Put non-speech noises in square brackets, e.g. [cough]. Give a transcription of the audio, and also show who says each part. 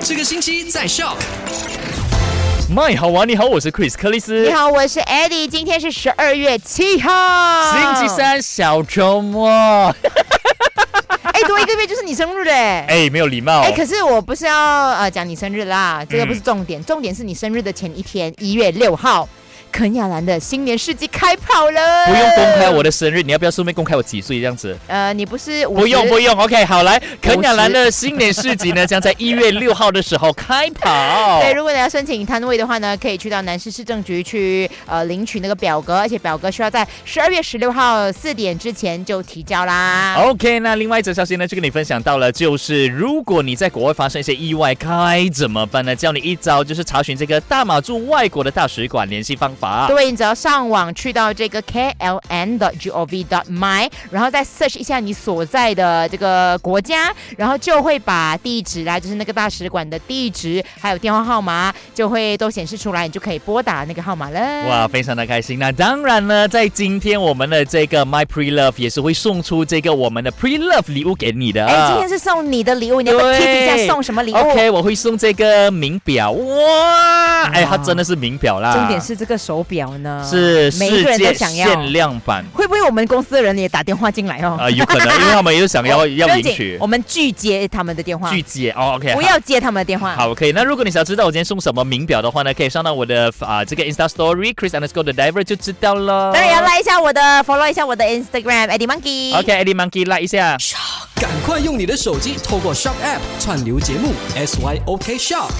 Speaker 1: 这个星期在 Shock。
Speaker 2: 麦好玩，你好，我是 Chris 克里斯。
Speaker 3: 你，好，我是 Eddie，今天是十二月七号，
Speaker 2: 星期。三小周末。
Speaker 3: [laughs] 哎，多一个月就是你生日嘞。
Speaker 2: 哎，没有礼貌。
Speaker 3: 哎，可是我不是要呃讲你生日啦，这个不是重
Speaker 2: 嗯
Speaker 3: 点，重点是你生日的前一天，一月六号，肯亚兰的新年世纪开跑了。
Speaker 2: 不用公开我的生日，你要不要顺便公开我几岁这样子？
Speaker 3: 呃，你不是50
Speaker 2: 不用不用，OK，好来，肯雅兰的新年市集呢，将
Speaker 3: [laughs]
Speaker 2: 在一月六号的时候开跑。
Speaker 3: 对，哎如果你要申请摊位的话呢，可以去到南市市政局去呃领取那个表格，而且表格需要在十二月十六号四点之前就提交啦。
Speaker 2: OK，那另外一则消息呢，就跟你分享到了，就是如果你在国外发生一些意外，该怎么办呢？教你一招，就是查询这个大马驻外国的大使馆联系方法。
Speaker 3: 对，你只要上网去到这个 kln.gov.my，然后再 search 一下你所在的这个国家，然后就会把地址啦，就是那个大使馆的地址，还有电话号码，就会都显示出来，你就可以拨打那个号码了。
Speaker 2: 哇，非常的开心。那当然呢，在今天我们的这个 My Pre Love 也是会送出这个我们的 Pre Love 礼物给你的。
Speaker 3: 哎，今天是送你的礼物，你要不要 tease 一下
Speaker 2: 啊对
Speaker 3: 送什么礼物
Speaker 2: OK，我会送这个名表。哇，哎，
Speaker 3: 哇
Speaker 2: 它真的是名表啦。
Speaker 3: 重点是这个手表呢，
Speaker 2: 是
Speaker 3: 每一
Speaker 2: 世
Speaker 3: 个人
Speaker 2: 界
Speaker 3: 都想要。
Speaker 2: 限量版
Speaker 3: 会不会我们公司的人也打电话进来哦？ [laughs]
Speaker 2: 啊、有可能，因为他们也想要要
Speaker 3: 不
Speaker 2: 领
Speaker 3: 紧
Speaker 2: 取
Speaker 3: 我们拒接他们的电话，
Speaker 2: 拒接哦。OK，
Speaker 3: 不
Speaker 2: 好
Speaker 3: 要接他们的电话。
Speaker 2: 好，可以。那如果你想知道我今天送什么名表的话呢，可以上到我的啊、这个 Insta Story Chris underscore the Diver 就知道了。
Speaker 3: 当然要来一下我的，follow 一下我的 Instagram Eddie Monkey。
Speaker 2: OK，Eddie Monkey 来一下。
Speaker 1: 赶快用你的手机透过 Shock App 串流节目 SYOK Shock。